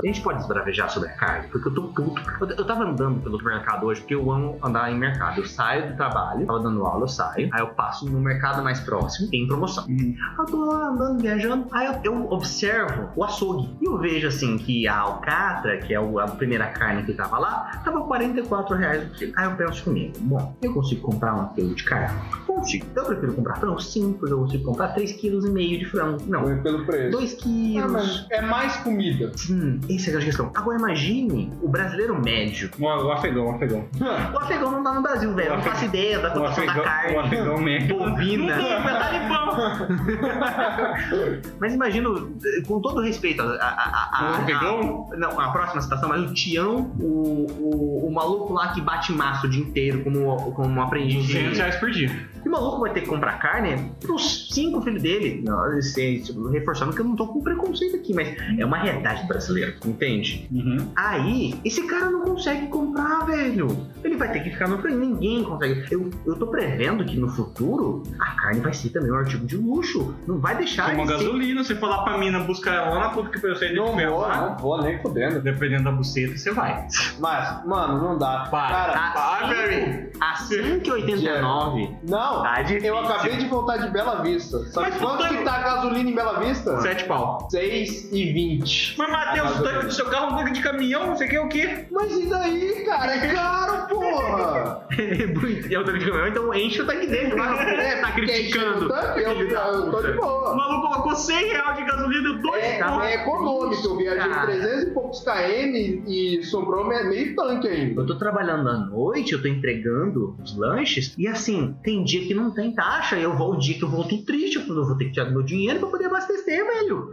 A gente pode esbravejar sobre a carne, porque eu tô puto. Eu, eu tava andando pelo mercado hoje, porque eu amo andar em mercado. Eu saio do trabalho, tava dando aula, eu saio. Aí eu passo no mercado mais próximo, tem promoção. Eu tô lá andando, viajando. Aí eu, eu observo o açougue. E eu vejo assim que a alcatra, que é o- a primeira carne que tava lá, tava 44 reais o quilo. Aí eu penso comigo, bom, eu consigo comprar um quilo de carne? Consigo. Eu prefiro comprar frango? Sim, porque eu consigo comprar 3,5 kg de frango. Não, Foi pelo preço. 2 quilos. Ah, mas é mais comida. Sim, essa é a grande questão. Agora imagine o brasileiro médio. Um, um afegão, um afegão. Ah, O afegão não tá no Brasil, velho. Eu não faço ideia da Um condição da afegão, um carne. afegão mesmo. Bovina. Mas imagino, com todo respeito, a, a, a, a- Um afegão? a- não, a próxima citação, mas o Tião, o, o, o maluco lá que bate maço o dia inteiro como, como um aprendiz. de- 200 reais por dia. E o maluco vai ter que comprar carne pros cinco filhos dele. Não, assim, tipo, reforçando que eu não tô com preconceito aqui, mas é uma realidade brasileira, entende? Uhum. Aí, esse cara não consegue comprar, velho. Ele vai ter que ficar no frango. Ninguém consegue. Eu, eu tô prevendo que no futuro a carne vai ser também um artigo de luxo. Não vai deixar Como de ser. gasolina, você for lá pra mina buscar ela lá na puta que eu sei de não vou, lá. Ah, não vou nem fudendo. Dependendo da buceta, você vai. Mas, mano, não dá. Para. Cara, Ah, Assim, velho. assim que 89. não. Tá difícil. Eu acabei de voltar de Bela Vista. Sabe Mas quanto tu tá- que tá a gasolina em Bela Vista? Sete pau. 6 e 20. Mas, Matheus, o tanque do seu carro é um tanque de caminhão, não sei o que, o quê? Mas e daí, cara? É caro, porra! É muito- é o tanque de caminhão, então enche o tanque dele. Vai, tá porque enche no criticando. tanque, Filho da Tá Eu, eu tô puta. de O boa. maluco colocou 100 reais de gasolina e dois É, Tá pau. é econômico, eu viajei Cara. 300 e poucos km e sobrou me- meio tanque ainda. Tipo, Eu tô trabalhando à noite, eu tô entregando os lanches, e assim, tem dia que não tem taxa, eu vou, o dia que eu volto triste, eu falo, eu vou ter que tirar meu dinheiro pra poder abastecer, velho.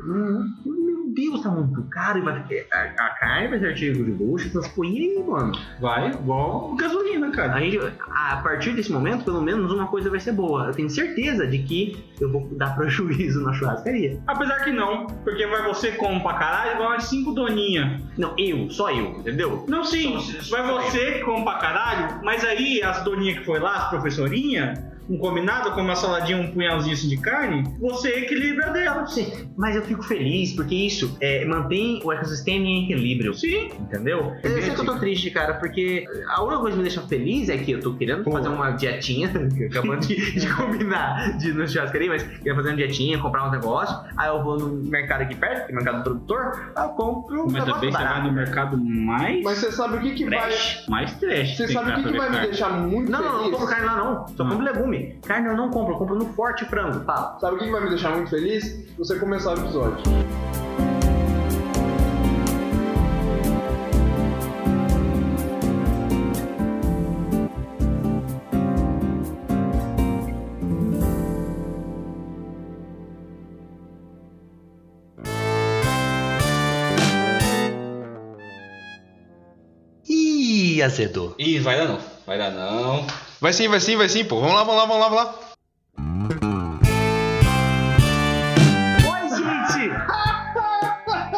Meu Deus, tá muito caro, e vai, a, a carne vai ser artigo de luxo, essas coisas, e aí, mano? Vai, igual gasolina, cara. Aí, a partir desse momento, pelo menos uma coisa vai ser boa. Eu tenho certeza de que eu vou dar prejuízo na churrascaria. Apesar que não, porque vai você como pra caralho, vai umas 5 doninha. Não, eu, só eu, entendeu? Não, sim, Só- vai você como pra caralho, mas aí as doninhas que foi lá, as professorinhas, um combinado, com uma saladinha, um punhalzinho assim de carne, você equilibra dela. Sim, mas eu fico feliz porque isso é, mantém o ecossistema em equilíbrio. Sim, Entendeu? Eu sei que eu tô triste, cara, porque a única coisa que me deixa feliz é que eu tô querendo Pô. fazer uma dietinha, que eu acabando de, de combinar de ir no churrascaria, mas queria fazer uma dietinha, comprar um negócio, aí eu vou no mercado aqui perto, que é o mercado produtor, aí eu compro um mas é negócio também você vai barato. no mercado mais Mas você sabe o que que vai... trash. Mais trash. Você tem sabe o lá que, que pra ver vai me carne. deixar muito Não, não, não feliz? compro carne lá não, só Hum. compro legume. Carne eu não compro, eu compro no Forte Frango, tá? Sabe o que que vai me deixar muito feliz? Você começar o episódio. Ih, azedou. Ih, vai dar não. Vai dar não. Vai sim, vai sim, vai sim, pô. Vamos lá, vamos lá, vamos lá, vamos lá. Oi, gente!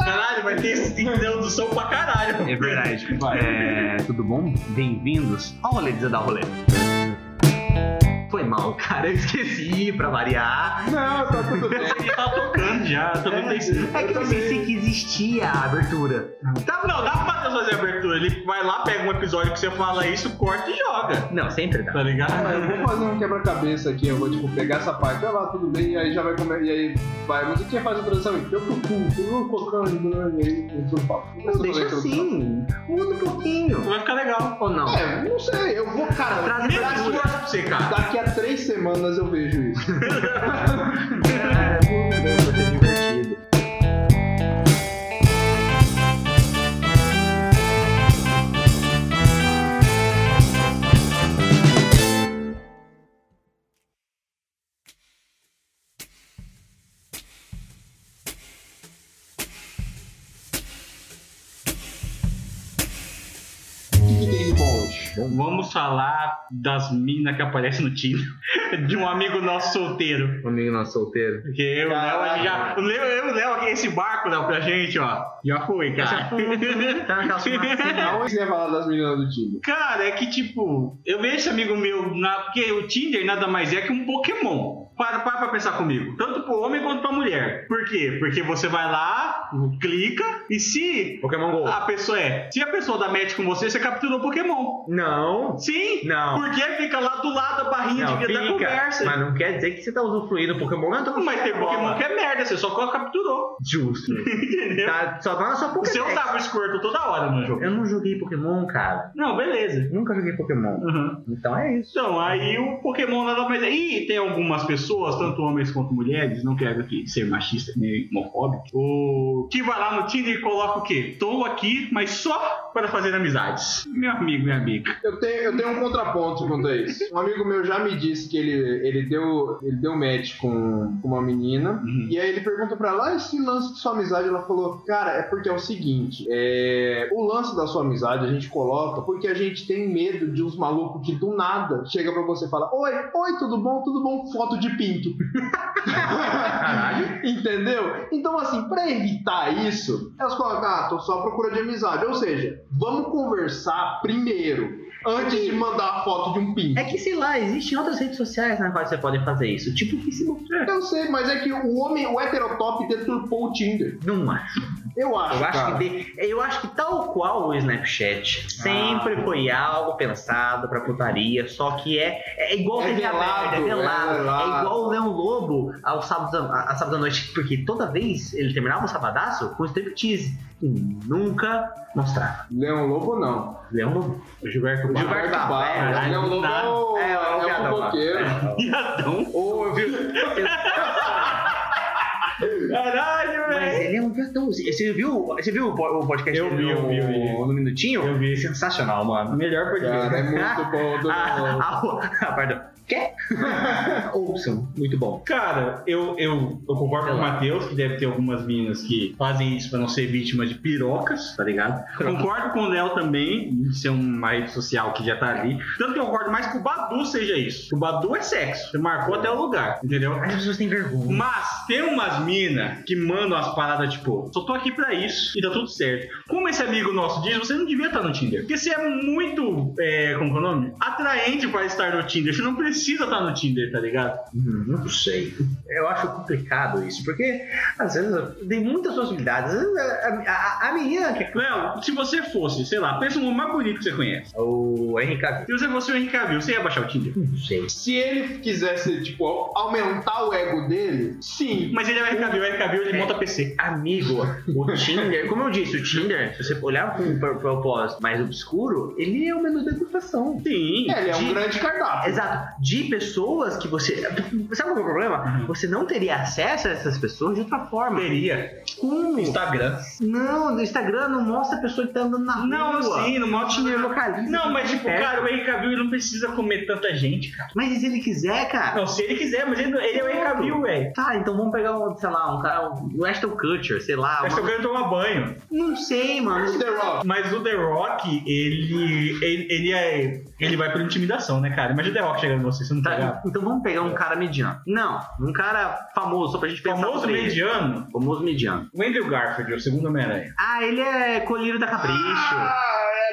Caralho, vai ter esse introdução pra caralho. É verdade. É, tudo bom? Bem-vindos ao Rolê de Zé da Rolê. Foi mal, cara. Eu esqueci pra variar. Não, tá tudo bem. Ele tá tocando já, eu também pensei. É que eu pensei que existia a abertura. Tá, não, dá pra Matheus fazer a abertura. Ele vai lá, pega um episódio que você fala isso, corta e joga. Não, sempre dá. Tá ligado? Ah, eu vou fazer um quebra-cabeça aqui, eu vou tipo pegar essa parte, vai lá, tudo bem, e aí já vai comer, e aí vai, mas o que é faz a tradução? Eu pro cu, eu não focando, e aí eu sou papo. Não, deixa assim. Muda um pouquinho. Vai ficar legal. Ou não? É, não sei, eu vou, cara, Traz um Nem mais abertura. força pra você, cara. daqui a três semanas eu vejo isso. É, Cara, vai ser é, divertido. O que que tem de bom hoje? Vamos falar das minas que aparecem no Tinder. De um amigo nosso solteiro. Um amigo nosso solteiro. Porque eu e o Léo, a gente já. o Léo- Eu e o Léo aqui, esse barco, Léo, pra gente, ó. Já foi, cara. Tá naquela fumacinha. Não, você ia falar das meninas do time. Cara, é que tipo, eu vejo esse amigo meu, na, porque o Tinder nada mais é que um Pokémon. Para, para pra pensar comigo. Tanto pro homem quanto pra mulher. Por quê? Porque você vai lá, clica, e se Pokémon GO. a pessoa é. Se a pessoa dá match com você, você capturou Pokémon. Não. Sim! Não. Porque fica lá do lado da barrinha Não, de da fica. conversa. Mas não quer dizer que você tá usufruindo do Pokémon. Não, eu tô com Mas tem Pokémon que é merda, você só capturou. Justo. Entendeu? Tá, só tá na sua Você é Pokédex. usava o Squirtle toda hora no jogo. Eu não joguei Pokémon, cara. Não, beleza. Nunca joguei Pokémon. Uhum. Então é isso. Então, aí o Pokémon nada mais. E tem algumas pessoas, tanto homens quanto mulheres, não quero aqui ser machista nem homofóbico, o... que vai lá no Tinder e coloca o quê? Tô aqui, mas só para fazer amizades. Meu amigo, minha amiga. Eu tenho, eu tenho um contraponto quanto a isso. Um amigo meu já me disse que ele, ele, deu, ele deu match com, com uma menina. Uhum. E aí ele perguntou pra ela, "Ah, esse lance de sua amizade, ela falou, cara, é porque é o seguinte, é, o lance da sua amizade a gente coloca porque a gente tem medo de uns malucos que do nada chega pra você e fala, oi, oi, tudo bom, tudo bom, foto de pinto. Entendeu? Então, assim, pra evitar isso, elas colocam, ah, tô só à procura de amizade. Ou seja, vamos conversar primeiro, antes de mandar a foto de um pinto. É que, sei lá, existem outras redes sociais nas quais você pode fazer isso. Tipo o Facebook. Eu sei, mas é que o homem, o heterotop deturpou o Tinder. Não acho. Eu acho, Eu acho, cara. que de- eu acho que tal qual o Snapchat sempre foi algo pensado pra putaria, só que é, é igual É TV aberta, é velado, velado. é É, velado. igual o Leão Lobo ao sábado, à, à sábado à noite, porque toda vez ele terminava o sabadaço com striptease. E nunca mostrava. Leão Lobo não. Leão Lobo. É um O Gilberto Barros. Gilberto Barros. é, Leão Lobo nada. é o- É, é o é o viadão lá. fofoqueiro. Piadão. Ou eu vi. Caralho, Mas velho. ele é um viadão. Você você viu, você viu o po- o podcast Eu dele É um vi, eu no, vi, eu vi. no Minutinho? Eu vi. Sensacional, mano. Melhor porque. Cara, é muito bom. Do... Ah, ah, ah, perdão. Quê? Ouçam, muito bom. Cara, eu, eu, eu concordo Sei com o lá. Matheus, que deve ter algumas meninas que fazem isso pra não ser vítima de pirocas, tá ligado? Pirocas. Concordo com o Léo também, de ser uma rede social que já tá ali. Tanto que eu concordo mais que o Badu seja isso. O Badu é sexo, você marcou até o lugar, entendeu? As pessoas têm vergonha. Mas tem umas minas que mandam as paradas tipo, só tô aqui pra isso e tá tudo certo. Como esse amigo nosso diz, você não devia estar no Tinder. Porque você é muito, é, como que é o nome? Atraente pra estar no Tinder. Você não precisa estar no Tinder, tá ligado? Hum, Não sei. Eu acho complicado isso, porque às vezes tem muitas possibilidades. Às vezes a, a, a menina que é Léo, se você fosse, sei lá, pensa no homem mais bonito que você conhece. o Henrique Cavill. Se você fosse o Henrique Cavill, você ia baixar o Tinder. Não sei. Se ele quisesse, tipo, aumentar o ego dele, sim. Mas ele é o Henrique Cavill, o Henrique Cavill ele É. monta PC. Amigo, o Tinder, como eu disse, o Tinder, se você olhar com um pro- propósito mais obscuro, ele é o menu da degustação. Sim. É, ele é um de- grande cardápio. Exato. De pessoas que você. Sabe qual é o problema? Você não teria acesso a essas pessoas de outra forma. Uhum. Teria. Como? Instagram. Não, no Instagram não mostra a pessoa que tá andando na rua. Não, sim, no modo O Tinder localiza. Não, mas tipo, É. perto. cara, o Henrique Cavill ele não precisa comer tanta gente, cara. Mas e se ele quiser, cara. Não, se ele quiser, mas ele, ele é o Henrique Cavill, velho. Tá, então vamos pegar um, sei lá, um cara, um Ashton Kutcher, sei lá. Mas uma- eu quero tomar banho. Não sei, mano. The Rock. Mas o The Rock, ele. ele, ele é. Ele vai pela intimidação, né, cara? Imagina o The Rock chegando em você, você não tá ligado? Tá, então vamos pegar um cara mediano. Não, um cara famoso, só pra gente pensar. Famoso sobre ele. mediano, Famoso mediano. o Andrew Garfield, o segundo Homem-Aranha. Ah, ele é colírio da capricho. Ah,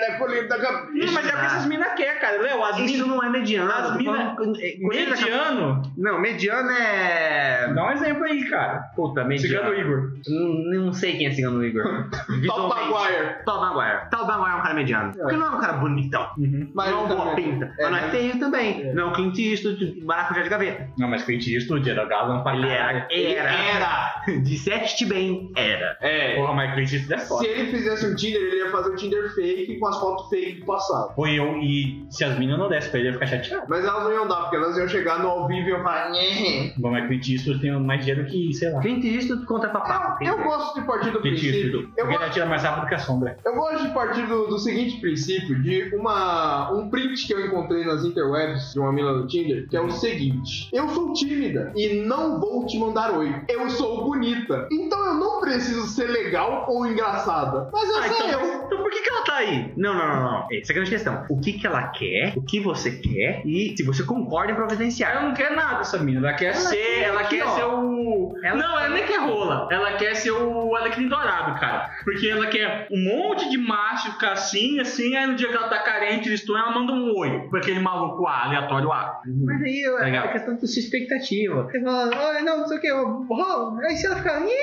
ela é polêmica da Gabi. Ih, Mas é o que essas minas querem, cara. Léo, as Isso minas. não é mediano. As eu tô mina- falando- é, colírio da Capricho- Mediano? Não, mediano é. Dá um exemplo aí, cara. Puta, Chegando o mediano. Igor. Não, não sei quem é Cigano Igor. Top Visualmente. Maguire. Tal Maguire. Tal Maguire é um cara mediano. Porque não é um cara bonitão. Mas não é um também- boa pinta. É, mas não é mas- feio também. Não é um Clint Eastwood, maracujá de gaveta. Não, mas Clint Eastwood era galã pra Ele caralho. era. Era. Era. De sete bem, era. É. Porra, mas Clint Eastwood é Se foda. ele fizesse um Tinder, ele ia fazer um Tinder fake com as fotos fake do passado. Foi eu e se as minas não dessem pra ele, eu ia ficar chateado. Mas elas não iam dar, porque elas iam chegar no ao vivo e iam falar. "Nhê". Bom, mas Clint Eastwood tem mais dinheiro que, sei lá. Clint Eastwood contra papaco. É, Eu, eu gosto de partir do Clint princípio. Eastwood. Eu, Porque ele go- atira mais rápido que a sombra. eu gosto de partir do, do seguinte princípio: de uma, um print que eu encontrei nas interwebs de uma mina no Tinder, que é o seguinte: Eu sou tímida e não vou te mandar oi. Eu sou bonita. Então eu não preciso ser legal ou engraçada. Mas eu Ah, sou então, eu. então por que, que ela tá aí? Não, não, não, não. Essa é a grande questão. O que, que ela quer, o que você quer e se você concorda em Ela providenciar. não quer nada, essa mina. Ela quer ser. ela aqui, quer ó. ser o. Ela- não, ela nem quer rola. Ela quer ser o Alecrim Dourado, cara. Porque ela quer um monte de macho ficar assim, assim. Aí no dia que ela tá carente, estou, ela manda um oi pra aquele maluco A, aleatório A. Mas aí é Legal. a questão da sua expectativa. Você fala, "Ai, não, não sei o que, rola. Aí se ela ficar, "Ih,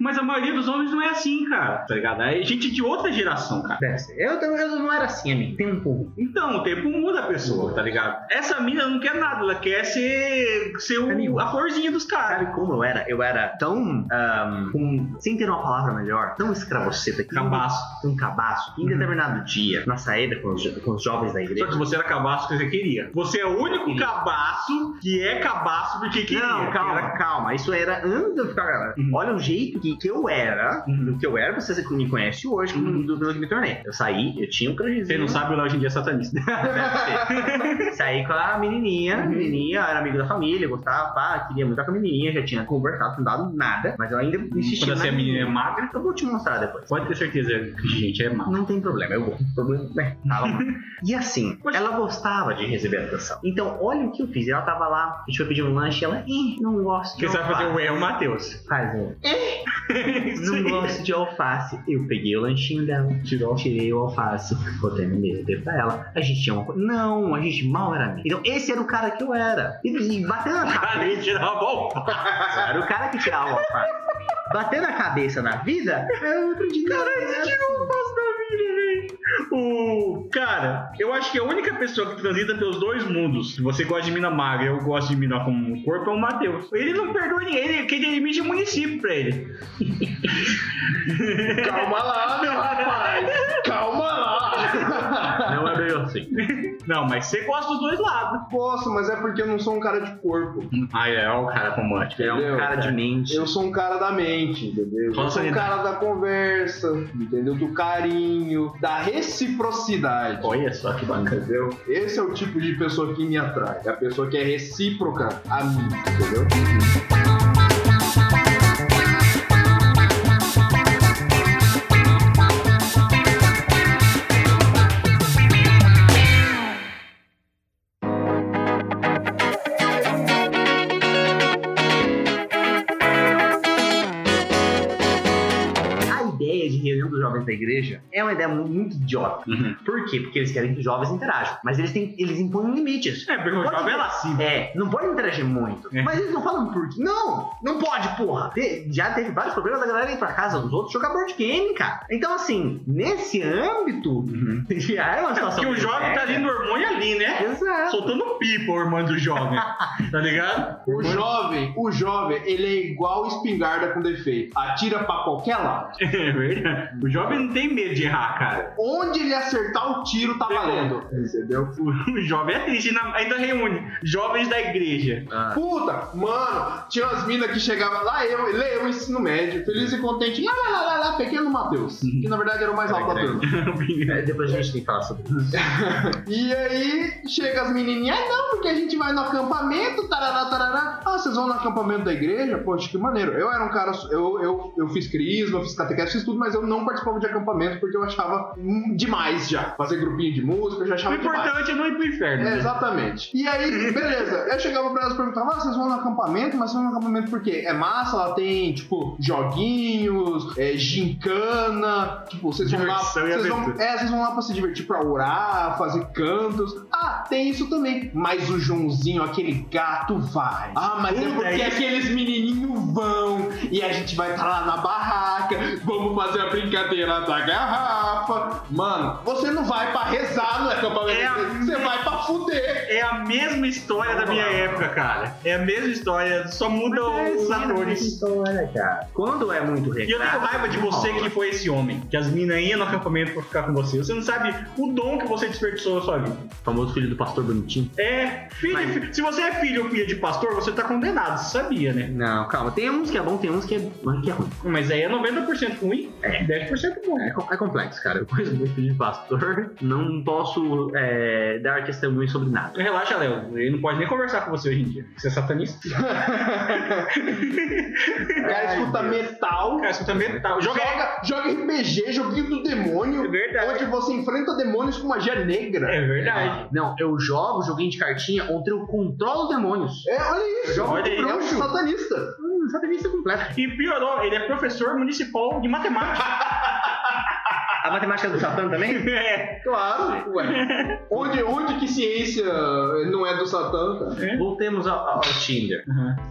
Mas a maioria dos homens não é assim, cara. Tá ligado? É gente de outra geração, cara. deve ser. Eu, também- eu não era assim, amigo. Tem um pouco. Então, o tempo muda a pessoa, tá ligado? Essa mina não quer nada, ela quer ser, ser o, Amigo. a florzinha dos caras. Sabe como eu era? Eu era tão. ahn, com- sem ter uma palavra melhor, tão escravoceta que Cabaço. um cabaço que em determinado dia, na saída com os, jo- com os jovens da Só igreja. que você era cabaço que você queria. Você é o único cabaço que é cabaço porque queria. tá Não, calma, Era- calma. Isso era antes de eu ficar gravando. Uhum. Olha o jeito que, que eu era, do que eu era, você me conhece hoje, Uhum. do, do que me tornei. Eu saí, eu tinha um prejuízo. Você não sabe, o Léo hoje em dia é satanista. Saí com a menininha, é. Uhum. menininha, era amigo da família, gostava, pá, queria muito com a menininha, já tinha conversado, não dado nada, mas eu ainda insisti. Quando na essa menina é magra, Eu vou te mostrar depois. pode ter certeza que, gente, é magra. Não tem problema, eu vou. O Problema é, tava lá. E assim, ela gostava de receber atenção. Então, olha o que eu fiz. Ela tava lá, a gente foi pedir um lanche, ela, ih, não gosto. de Quem sabe alface." fazer o é o Matheus. Faz um, não gosto de alface. Eu peguei o lanchinho dela, tirou, tirei o alface, botei no meio, dei pra ela. A gente tinha uma coisa. Não, a gente mal era amigo. Então, esse era o cara que eu era. E, e bateu na Parei de tirar a bola. era o cara que tirava o alface. Batendo a cabeça na vida, eu aprendi. Caralho, O cara, eu acho que a única pessoa que transita pelos dois mundos, se você gosta de mina magra e eu gosto de mina com um corpo, é o Matheus. Ele não perdoa ninguém, ele, quem delimite é o município pra ele. Calma lá, meu rapaz. Calma lá. Não é bem assim. Não, mas você gosta dos dois lados. Posso, mas é porque eu não sou um cara de corpo. Ah, é, o cara romântico. é um Entendeu, cara de mente. Eu sou um cara da mente, entendeu? Fala Eu sou um sanidade. cara da conversa, entendeu? Do carinho, da reciprocidade. Olha só que bacana. Entendeu? Esse é o tipo de pessoa que me atrai. É a pessoa que é recíproca a mim, entendeu? A ideia de reunião dos jovens da igreja é uma ideia mu- muito idiota. Uhum. Por quê? Porque eles querem que os jovens interajam. Mas eles, têm, eles impõem limites. É, porque o Pode jovem ver. é lascivo. É, não pode interagir muito. É. Mas eles não falam por quê. Não, não pode, porra. Te- já teve vários problemas da galera ir pra casa dos outros jogar board game, cara. Então, assim, nesse âmbito, Uhum. já é uma situação. Porque muito o jovem tá séria. ali no hormônio ali, né? Exato. Soltando pipa o hormônio do jovem. Tá ligado? O jovem, o jovem, ele é igual espingarda com defeito. Atira pra qualquer lado. É verdade. O jovem não tem medo de errar, cara. Onde ele acertar o tiro, tá valendo. Entendeu? O jovem é triste, ainda- ainda reúne jovens da igreja. Puta, mano, tinha umas minas que chegavam lá, eu, lê eu ensino médio, feliz e contente, lá, lá, lá, lá, lá, pequeno Matheus, que na verdade era o mais alto da turma. É, Depois a gente tem que falar sobre isso. E aí, chega as menininhas, ah, não, porque a gente vai no acampamento, tarará, tarará. Ah, vocês vão no acampamento da igreja? Poxa, que maneiro. Eu era um cara, eu, eu, eu fiz crisma, fiz catequese, fiz tudo, mas eu não participava de acampamento porque eu achava hum, demais já. Fazer grupinho de música, eu já O achava demais. importante é não ir pro inferno. É, né? exatamente. E aí, beleza. Eu chegava pra elas e perguntava: ah, vocês vão no acampamento, mas vocês vão no acampamento por quê? É massa, lá tem, tipo, joguinhos, é, gincana. Tipo, vocês vão lá. Diversão e Vocês vão, aventura. é, vocês vão lá pra se divertir, pra orar, fazer cantos. Ah, tem isso também. Mas o Joãozinho, aquele gato, vai. Ah, mas é Puta, porque é isso. aqueles menininhos vão. E a gente vai estar lá na barraca. Vamos fazer a brincadeira da garrafa. Mano, você não vai pra rezar no acampamento. É a Você vai pra fuder. É a mesma história da minha época, cara. É a mesma história, só muda é os atores. né? Então, Olha, cara. Quando é muito E eu tenho recato, raiva de você que foi esse homem, que as minas iam no acampamento pra ficar com você. Você não sabe o dom que você desperdiçou na sua vida. famoso filho do pastor bonitinho. É, filho, Mas- fi- se você é filho ou filha de pastor, você tá condenado, você sabia, né? Não, calma. Tem uns que é bom, tem uns que é, que é ruim. Mas aí é 90% ruim, 10% É, co- é complexo, cara. Eu conheço muito de pastor. Não posso é, dar um testemunho sobre nada. Relaxa, Léo. Ele não pode nem conversar com você hoje em dia. Você é satanista. O cara escuta metal, Cara, você também tá. Joga aí. joga, joga RPG, joguinho do demônio, É verdade. onde você enfrenta demônios com magia negra. É verdade. Ah, Não, eu jogo joguinho de cartinha onde eu controlo demônios. É, olha isso. Olha aí. é um satanista. Hum, é satanista completo. E piorou, ele é professor municipal de matemática. Ah, A matemática do Satã também? É. Claro. Ué. Onde, onde que ciência não é do satã, cara? Voltemos ao, ao- ao Tinder.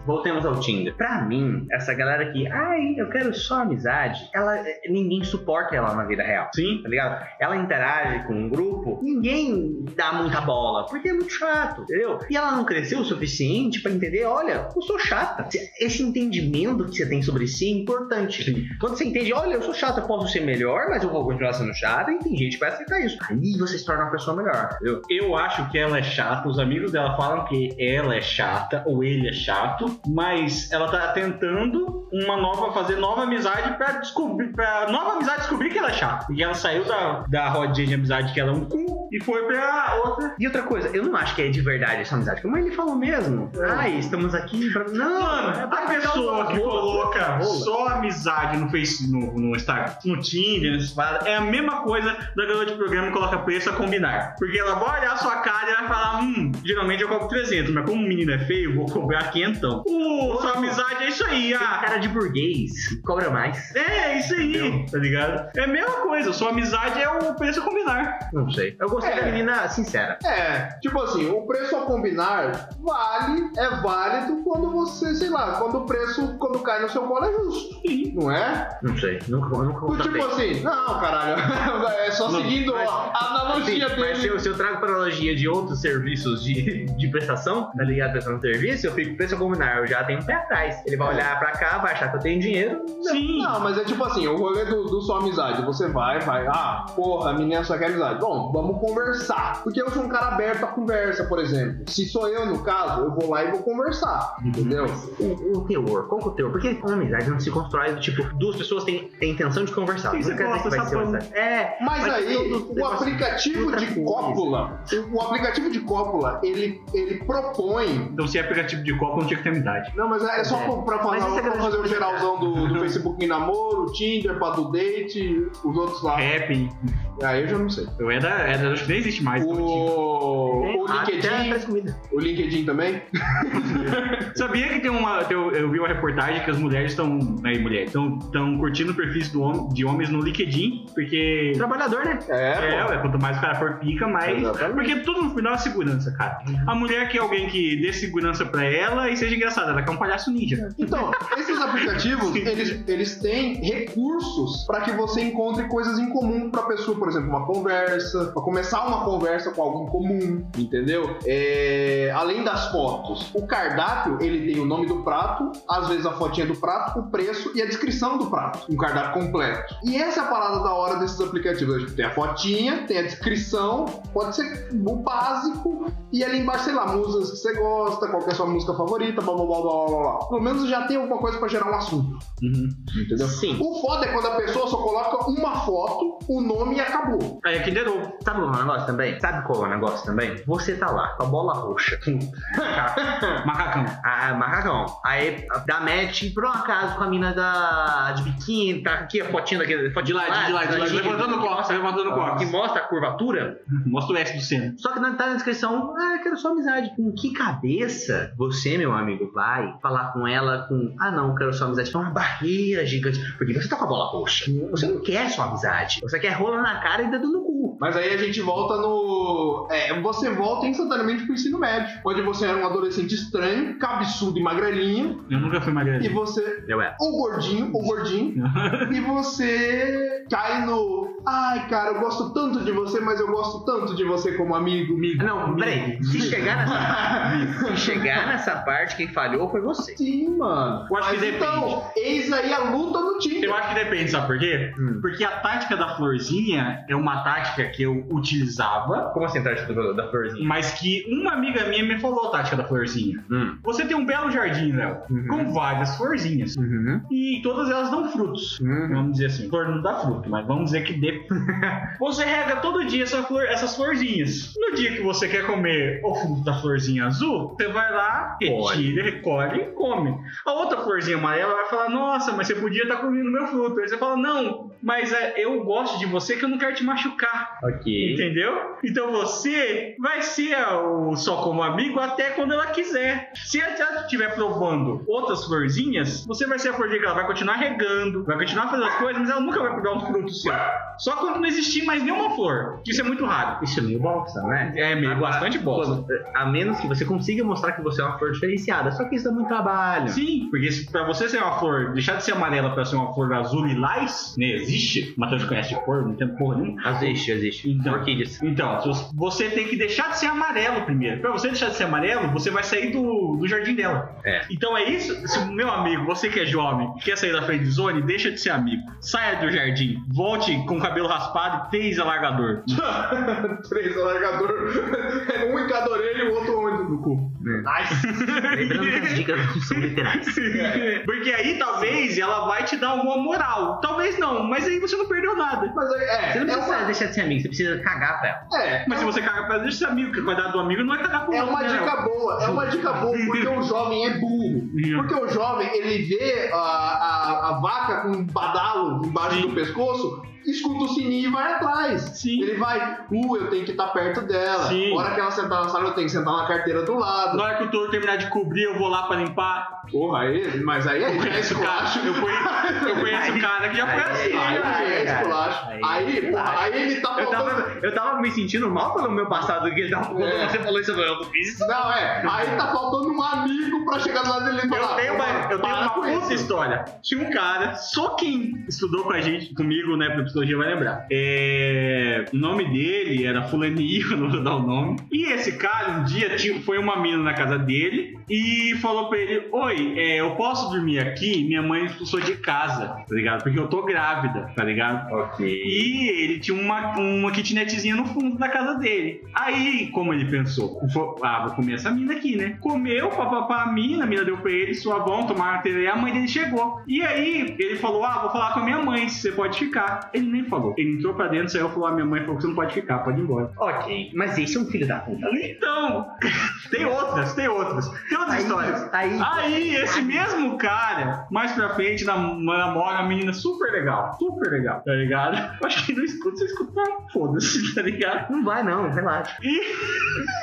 Voltemos ao Tinder. Pra mim, essa galera que, ai, eu quero só amizade, ela eh, ninguém suporta ela na vida real. Sim. Tá ligado? Ela interage com um grupo, ninguém dá muita bola, porque é muito chato, entendeu? E ela não cresceu o suficiente pra entender, olha, eu sou chata. Se- Esse entendimento que você tem sobre si é importante. Quando você entende, olha, eu sou chata, eu posso ser melhor, mas eu vou continuar sendo chata, e tem gente que vai aceitar isso. Aí você se torna uma pessoa melhor, entendeu? Eu acho que ela é chata, os amigos dela falam que ela é chata, ou ele é chato, mas ela tá tentando uma nova, fazer nova amizade pra descobrir, pra nova amizade descobrir que ela é chata. E ela saiu da, da rodinha de amizade que ela é um cu e foi pra outra. E outra coisa, eu não acho que é de verdade essa amizade, como ele falou mesmo. Ai, estamos aqui pra. Não, é É. Mano, pra a pegar pessoa uma que rola. coloca rola. só amizade no Face, no, no Instagram, no Tinder, nessas paradas, é a mesma coisa da garota de programa que coloca preço a combinar. Porque ela vai olhar a sua cara e vai falar, hum, geralmente eu cobro 300, mas como o menino é feio, eu vou cobrar 500. Uh, sua amizade é isso aí, Tem ah. cara de burguês, cobra mais. É, isso aí, tá ligado? É a mesma coisa, sua amizade é o preço a combinar. Não sei. Eu gostei É. da menina sincera. É, tipo assim, o preço a combinar vale, é válido quando você, sei lá, quando o preço, quando cai no seu colo é justo. Não é? Não sei. Nunca, nunca tipo contratei. assim, não, caralho, é só Não, seguindo mas- ó, a Sim, analogia mas dele. se eu, se eu trago para analogia de outros serviços de, de prestação, tá ligado? Prestação de serviço, eu fico preço a combinar, eu já tenho um pé atrás. Ele vai olhar pra cá, vai achar que eu tenho dinheiro. Sim. Não, mas é tipo assim, o rolê do, do só amizade. Você vai, vai, ah, porra, a menina só quer amizade. Bom, vamos conversar. Porque eu sou um cara aberto à conversa, por exemplo. Se sou eu, no caso, eu vou lá e vou conversar. Uhum. Entendeu? O, o teor, qual que é o teor? Porque uma amizade não se constrói do tipo, duas pessoas têm, têm intenção de conversar. Sim, Não você quer dizer que gosta, vai ser uma sapão. amizade. É, Mas, Mas aí, tudo- o negócio- aplicativo outra de coisa. cópula, o aplicativo de cópula, ele, ele propõe. Então se é aplicativo de copo, não tinha que ter amizade. Não, mas é só É. pra- pra, falar, Mas isso é pra grande fazer o coisa, geralzão do, do Facebook em namoro, Tinder, pra do date, os outros lá. É. Rap, Aí eu já não sei. eu era, era, acho que nem existe mais. então, tipo, O, o Né? é Ah, até LinkedIn, faz comida. o LinkedIn também? Sabia que tem uma. tem- eu vi uma reportagem que as mulheres estão. Aí, mulher, estão curtindo perfis do hom- de homens no LinkedIn, porque. Trabalhador, né? É, É, ué, quanto mais o cara for pica, mais. Exatamente. Porque tudo no final é segurança, cara. A mulher quer alguém que dê segurança pra ela e seja engraçada, ela quer um palhaço ninja. Então, esses aplicativos, eles, eles têm recursos para que você encontre coisas em comum para pessoa, por exemplo, uma conversa, para começar uma conversa com algo em comum, entendeu? É, além das fotos, o cardápio, ele tem o nome do prato, às vezes a fotinha do prato, o preço e a descrição do prato, um cardápio completo. E essa é a parada da hora desses aplicativos, tipo, tem a fotinha, tem a descrição, pode ser o básico, e ali embaixo, sei lá, músicas que você gosta, qual que é a sua música favorita, blá blá blá blá blá blá. Pelo menos já tem alguma coisa pra gerar um assunto. Entendeu? Sim. O foda é quando a pessoa só coloca uma foto, o nome e acabou. Aí aqui de novo. Sabe qual é o negócio também? Sabe qual é o negócio também? Você tá lá, com a bola roxa. Macacão. Ah, macacão. Aí dá match por um acaso com a mina da de biquíni, tá aqui a fotinha daquele. De lado, de lado, de lado. Levantando costas, levantando Que costas. mostra a curvatura, Mostra o S do seno. só que não tá na descrição, ah, quero só amizade. Com que cabeça você, meu amigo, vai falar com ela com, ah não, quero só amizade? É uma barreira gigante. Porque você tá com a bola roxa. Você não quer só amizade. Você quer rola na cara e dedo no cu. Mas aí a gente volta no. É, você volta instantaneamente pro ensino médio, onde você era um adolescente estranho, cabeçudo e magrelinho, Eu nunca fui e magrelinho. você. Eu era. Ou gordinho, ou gordinho, e você cai no. Ai, cara, eu gosto tanto de você, mas eu gosto tanto de você como amigo. Amigo. Ah, Não, amigo. peraí. Se chegar nessa, se chegar nessa parte, quem falhou foi você. Sim, mano. Eu Mas acho que depende. então, eis aí a luta no Tinder. Eu acho que depende, sabe por quê? Hum. Porque a tática da florzinha é uma tática que eu utilizava, Como tá, assim, tipo, tática do- da florzinha? mas que uma amiga minha me falou a tática da florzinha. Hum. Você tem um belo jardim, Léo, Uhum. com várias florzinhas. Uhum. E todas elas dão frutos. Uhum. Vamos dizer assim, flor não dá fruto, mas vamos dizer que dê. você rega todo dia essa flor- essas florzinhas. No dia que você quer comer o fruto da florzinha azul, você vai lá, retira, recolhe e come. A outra florzinha amarela vai falar: Nossa, mas você podia estar comendo meu fruto. Aí você fala: Não, mas é, eu gosto de você que eu não quero te machucar. Ok. Entendeu? Então você vai ser o só como amigo até quando ela quiser. Se ela estiver provando outras florzinhas, você vai ser a florzinha que ela vai continuar regando, vai continuar fazendo as coisas, mas ela nunca vai provar um fruto seu. Só quando não existir mais nenhuma flor. Isso é muito raro. Isso é meio bosta, né? É meio Agora, bastante bosta. A menos que você consiga mostrar que você é uma flor diferenciada. Só que isso dá muito trabalho. Sim, porque se pra você ser uma flor, deixar de ser amarela pra ser uma flor azul lilás, né? Existe. O Matheus conhece de cor, não tem porra nenhuma. Existe, existe. Então. Orquídeas. Então, se você tem que deixar de ser amarelo primeiro. Pra você deixar de ser amarelo, você vai sair do, do jardim dela. É. Então é isso. Se, meu amigo, você que é jovem, quer sair da friend zone, deixa de ser amigo. Saia do jardim. Volte com o cabelo raspado e três alargador. Três alargador. um em cada orelha e o outro onde? No cu. Lembrando que as dicas não são literais. Porque aí talvez ela vai te dar alguma moral. Talvez não, mas aí você não perdeu nada. Mas é. é, Você não é precisa uma- deixar de ser amigo, você precisa cagar pra ela. É, Mas se você caga pra deixa de ser amigo, que cuidado do amigo não vai cagar pro É outro, uma né? dica boa, é uma dica boa, porque o jovem é burro. Porque o jovem, ele vê a, a, a vaca com um badalo embaixo Sim. do pescoço, escuta o sininho e vai atrás. Sim. Ele vai, uh, eu tenho que estar perto dela. Sim. A hora que ela sentar na sala, eu tenho que sentar na carteira do lado. Na hora que o touro terminar de cobrir, eu vou lá pra limpar. Porra, aí, mas aí é, Eu é conheço o cara, esculacho. eu conheço, eu conheço o cara que já foi assim. Aí Aí, é cara. esculacho. Aí, Aí, porra, aí ele tá Eu faltando. tava, eu tava me sentindo mal pelo meu passado que ele tava quando É. você falou isso, eu falei, eu não fiz isso. Não, é. Aí tá faltando um amigo pra chegar do lado dele e falar. Eu tenho uma, eu tenho "Para uma com puta isso." história. Tinha um cara, só quem estudou com a gente, comigo, né, pra psicologia vai lembrar. É, o nome dele era Fulaninho, não vou dar o nome. E esse cara, um dia, tinha- foi uma mina na casa dele e falou pra ele: Oi, é, eu posso dormir aqui? Minha mãe me expulsou de casa, tá ligado? Porque eu tô grávida, tá ligado? Ok. E ele tinha uma, uma kitnetzinha no fundo da casa dele. Aí, como ele pensou, fo- ah, vou comer essa mina aqui, né? Comeu, papapá, a mina, a mina deu pra ele, suavão, tomaram a TV, a mãe dele chegou. E aí, ele falou, ah, vou falar com a minha mãe, se você pode ficar. Ele nem falou. Ele entrou pra dentro, saiu, falou, ah, minha mãe falou que você não pode ficar, pode ir embora. Ok. Mas esse é um filho da puta. Então, tem outras, tem outras. Tem outras histórias. Aí, Aí, esse mesmo cara, mais pra frente, nam- namora uma menina super legal. Super legal, tá ligado? Eu acho que não escuta, você escuta, foda-se, tá ligado? não vai não, relaxa.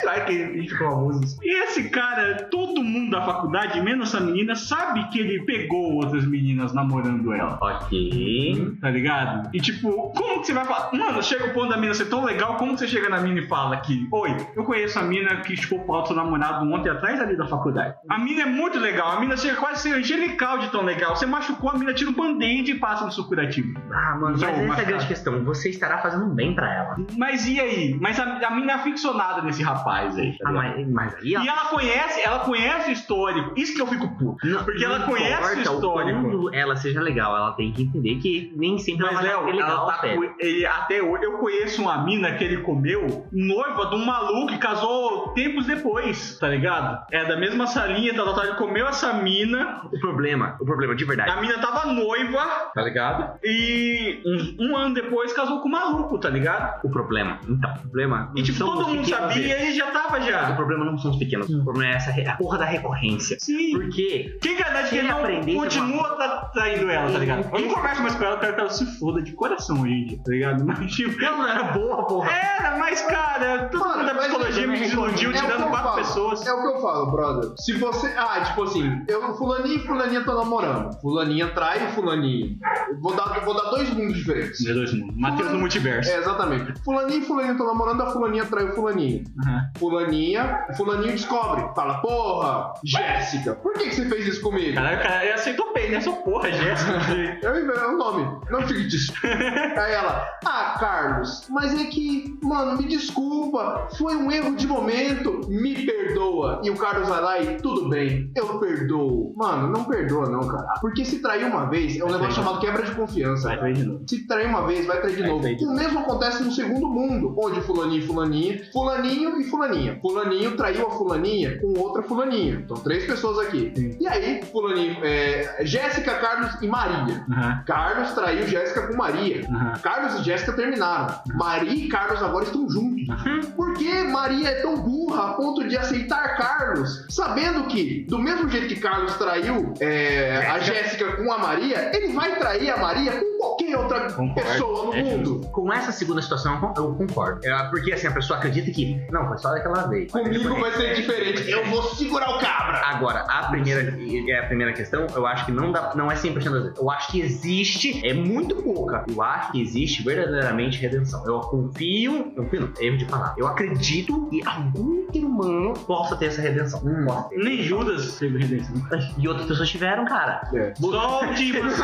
Vai que ele ficou abuso. E esse cara, todo mundo da faculdade, menos essa menina, sabe que ele pegou outras meninas namorando ela. Ok. Tá ligado? E tipo, como que você vai falar? Mano, chega o ponto da mina ser tão legal, como que você chega na mina e fala que, oi, eu conheço a mina que chupou o pau do seu namorado ontem atrás ali da faculdade. A mina é muito legal, a mina chega quase a ser angelical de tão legal. Você machucou, a mina tira um band-aid e passa no seu curativo. Ah, mano, mas Então, essa é a mas- grande questão. Você estará fazendo um bem pra ela. Mas e aí? Mas a, a mina é aficionada nesse rapaz aí. tá Ah, ligado? mas, mas aí ela... E ela conhece, ela conhece o histórico. Isso que eu fico puto. Não- porque ela não conhece o importa histórico. Quando ela seja legal, ela tem que entender que nem sempre Mas, ela vai Léo, ser é legal. ela tá velho. com- ele, até hoje. Eu conheço uma mina que ele comeu, noiva de um maluco que casou tempos depois, tá ligado? É da mesma salinha, tal, tal, tal. Ele comeu essa mina, O problema, o problema de verdade. a mina tava noiva, tá ligado? E uns- um, ano depois casou com o maluco, tá ligado? O problema, então, o problema. E não tipo, são todo os mundo pequenos sabia e erros. ele já tava O já. problema não são os pequenos, Hum. o problema é essa re- a porra da recorrência. Sim. Porque Quem que é verdade que Quem ele não aprender, continua tra- traindo ela, tá ligado? Eu não converso mais com ela, eu quero que ela se foda de coração hoje, em dia, tá ligado? Mas tipo, ela não era boa, porra. Era, É, mas cara, todo Mano, mundo da mas psicologia eu me também desiludiu recomendo. É o que tirando eu quatro falo. pessoas. É o que eu falo, brother. Se você. Ah, tipo assim, eu, fulaninho e fulaninha estão namorando. Fulaninha trai fulaninho. Eu Vou dar, vou dar dois mundos diferentes. Meu dois mundos. Matheus no multiverso. É, exatamente. Fulaninho e fulaninha estão namorando, a fulaninha trai o fulaninho. Aham. Fulaninha, o fulaninho descobre. Fala, porra, Jéssica, por que, que você fez isso comigo? Caralho, cara, eu aceitou bem, né? Sou porra, Jéssica. é Eu inventei o nome, não um fique disso. Aí ela, ah, Carlos, mas é que, mano, me desculpa, foi um erro de momento, me perdoa. E o Carlos vai lá e, tudo bem, eu perdoo. Mano, não perdoa não, cara. Porque se trair uma vez, é um negócio chamado quebra de confiança. Vai cara. ver de novo. Se trair uma vez, vai trair de Vai novo. trair de O mesmo acontece no segundo mundo, onde fulaninho e fulaninha, fulaninho e fulaninha. Fulaninho traiu a fulaninha com outra fulaninha. Então, três pessoas aqui. E aí, fulaninho, é, Jéssica, Carlos e Maria. Aham, Carlos traiu Jéssica com Maria. aham. Carlos e Jéssica terminaram. Maria e Carlos agora estão juntos. Uhum. Por que Maria é tão burra a ponto de aceitar Carlos? Sabendo que, do mesmo jeito que Carlos traiu é, a Jéssica com a Maria, ele vai trair a Maria com qualquer outra Concordo. pessoa no É mundo. Com essa segunda situação, eu con- eu concordo. É, porque assim, a pessoa acredita que, não, foi só daquela vez. Comigo vai ser diferente. Eu vou segurar o cabra. Agora, a primeira, e é a primeira questão, eu acho que não, dá, não é 100% das vezes. Eu acho que existe, é muito pouca. Eu acho que existe verdadeiramente redenção. Eu confio, eu confio não, erro de falar. Eu acredito que algum ser humano possa ter essa redenção. Possa ter. Nem Judas teve redenção. E outras pessoas tiveram, cara. Só o Dimas.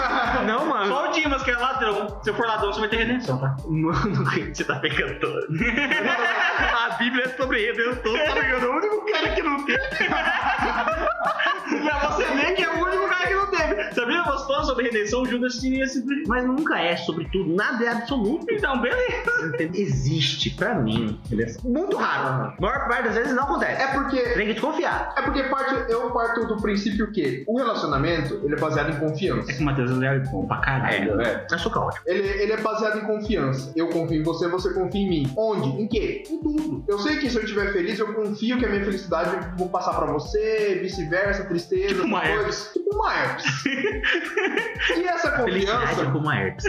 Não, mano. Só o Dimas que é ladrão. Se eu for ladrão, você vai ter redenção, tá? Mano, você tá pegando todo. A Bíblia é sobre redenção, tá pegando o único cara que não tem. Pra você ver que é o único cara que não teve. Se a Bíblia fosse toda sobre redenção, o Judas tinha sido. Mas nunca é, sobretudo, nada é absoluto. Então, beleza. Entende? Existe, pra mim, redenção. Muito raro. A maior parte das vezes não acontece. É porque Tem que desconfiar. é porque parte, eu parto do princípio que o relacionamento ele é baseado em É confiança. que o Matheus é bom pra caralho. É. Eu sou caótico. Ele, ele é baseado em confiança. Eu confio em você, você confia em mim. Onde? Em quê? Em tudo. Eu sei que se eu estiver feliz, eu confio que a minha felicidade eu vou passar pra você, vice-versa, tristeza, Tipo uma essas coisas. Tipo uma herpes. e essa Felicidade confiança, é como a herpes.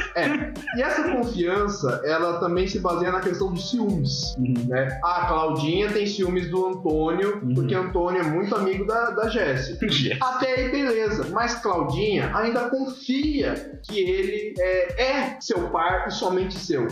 e essa confiança, ela também se baseia na questão dos ciúmes. né? Ah, a Claudinha tem ciúmes do Antônio, porque Antônio é muito amigo da, da Jéssica. Até aí, beleza. Mas Claudinha ainda confia que ele é, é seu par e somente seu.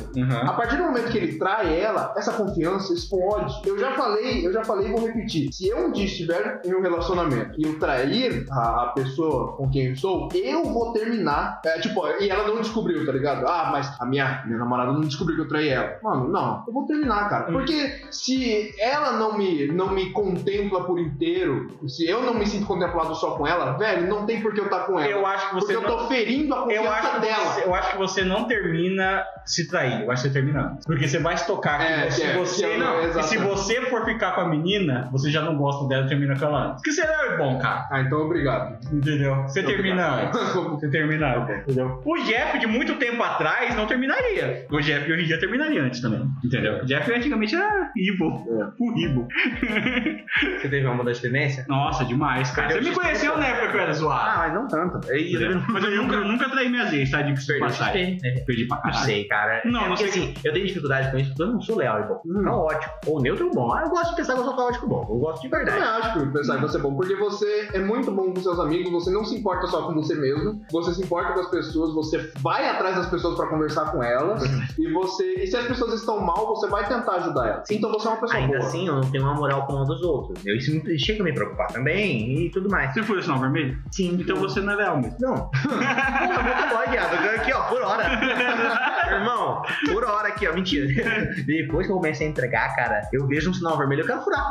A partir do momento que ele trai ela, essa confiança explode. Eu já falei, eu já falei e vou repetir. Se eu um dia estiver em um relacionamento e eu trair a, a pessoa com quem eu estou, eu vou terminar. É, tipo, ó, e ela não descobriu, tá ligado? Ah, mas a minha, minha namorada não descobriu que eu traí ela. Mano, não, eu vou terminar, Hum. cara. Porque se ela não me, não me contempla por inteiro, se eu não me sinto contemplado só com ela, velho, não tem por que eu estar com ela. Eu acho que porque você. eu tô ferindo a Eu confiança acho, que dela. você, eu acho que você não termina se trair, eu acho que você termina antes. Porque você vai estocar que É, se é, você. é, não, e se exatamente. você for ficar com a menina, você já não gosta dela termina com ela antes. Porque você não é bom, cara. Ah, então obrigado. Entendeu? Você termina antes. Você termina antes, entendeu? O Jeff de muito tempo atrás não terminaria. O Jeff de hoje em dia terminaria antes também. Entendeu? O Jeff antigamente era evil. O evil. Você teve uma mudança de tendência? Nossa, demais, cara. Você me conheceu na época que eu era zoado. Ah, mas não tanto. Aí eu entendeu? Mas eu nunca, eu nunca traí minhas vezes, tá? De passagem. Sei, né? Perdi pra Não caralho. sei, cara. Não, É não porque, sei. assim, eu tenho dificuldade com isso porque eu não sou leal e bom. Não ótimo. Ou neutro ou bom. Ah, eu gosto de pensar que eu sou caótico bom. Eu gosto de Eu verdade. também acho que pensar que você é bom, porque você é muito bom com seus amigos, você não se importa só com você mesmo, você se importa com as pessoas, você vai atrás das pessoas pra conversar com elas, e você. E se as pessoas estão mal, você vai tentar ajudar elas. Então você é uma pessoa Ainda boa. assim, eu não tenho uma moral com uma dos outros. Eu, isso me, chega a me preocupar também e tudo mais. Você foi o sinal vermelho? Sim, Então você não é leal mesmo. Não. Porra, muito bom, viado. Eu ganho aqui, ó, por hora. Irmão, por hora aqui, ó. Mentira. Depois que eu comecei a entregar, cara, eu vejo um sinal vermelho, eu quero furar.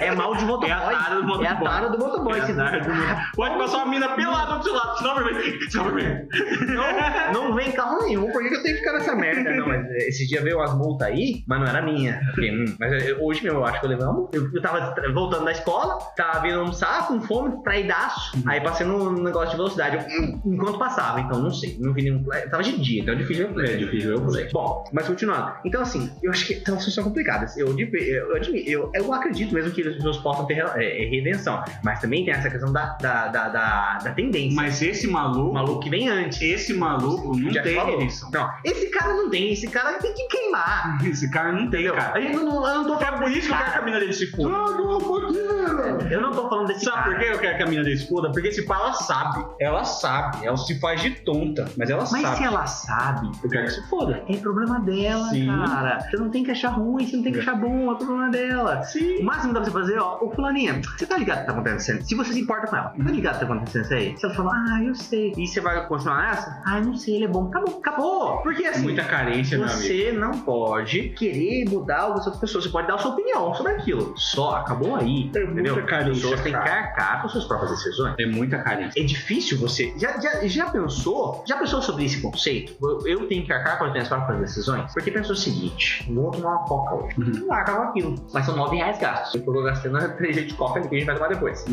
É mal de motoboy. É a tara do É a motoboy. tara do motoboy. É a se- tara do Pode passar uma mina pelada do seu lado, sinal vermelho. Sinal vermelho. Não, não vem carro nenhum, por que que eu tenho que ficar nessa merda? Não, mas eh, esse dia veio umas multas aí, mas não era minha. Eu Fiquei, hum, mas eu- hoje mesmo eu acho que eu levei uma multa. Eu, eu tava tra- voltando da escola, tava vindo almoçar com fome, Uhum. traidaço. Aí passei num negócio de velocidade, eu, hum, enquanto passava, então não sei, não vi nenhum. eh, Tava de dia, então é difícil ver É difícil ver o moleque. Bom, mas continuando. Então, assim, eu acho que são situações complicadas. Eu, admi- eu, eu, admi- eu, eu acredito mesmo que os pessoas possam ter eh, redenção, mas também tem essa questão da, da, da, da, da tendência. Mas esse O maluco, maluco que vem antes. esse maluco não Já tem falou. redenção. Não, Então, esse cara não tem, esse cara tem que queimar. Esse cara não tem, Entendeu? cara. Eu não, não- eu não tô É por isso que eu quero que a mina dele se foda. Droga, uma fogueira! falando. Eu não tô falando desse Sabe cara. por que eu quero que a mina dele se foda? Porque esse pá, ela sabe. Ela sabe. Ela se faz de tonta. Mas ela Mas sabe. se ela sabe, Eu quero que se foda. é problema dela, Sim. cara. Você não tem que achar ruim, você não tem que achar bom, é problema dela. Sim. Uhum. O máximo que dá pra você fazer, ó, ô fulaninha, você tá ligado o que tá acontecendo? Se você se importa com ela, tá ligado ligado o que tá acontecendo isso aí. Você fala, ah, eu sei. E você vai continuar essa? Ah, eu não sei, ele é bom. Tá bom, acabou. Porque assim, É Muita carência, meu amigo. você não pode querer mudar algo das outras pessoas. Você pode dar a sua opinião sobre aquilo. Só, acabou aí. É muita entendeu? carência, As pessoas têm que cara. arcar com suas próprias decisões. É muita carência. É difícil você. Já, já, já pensou? Já pensou sobre esse conceito? Eu, eu tenho que arcar com as minhas próprias decisões? Porque pensa o seguinte: um vou tomar é uma coca hoje. Não vai acabar com aquilo. Mas são 9 reais gastos. Eu tô gastando 3 litros de coca que a gente vai tomar depois.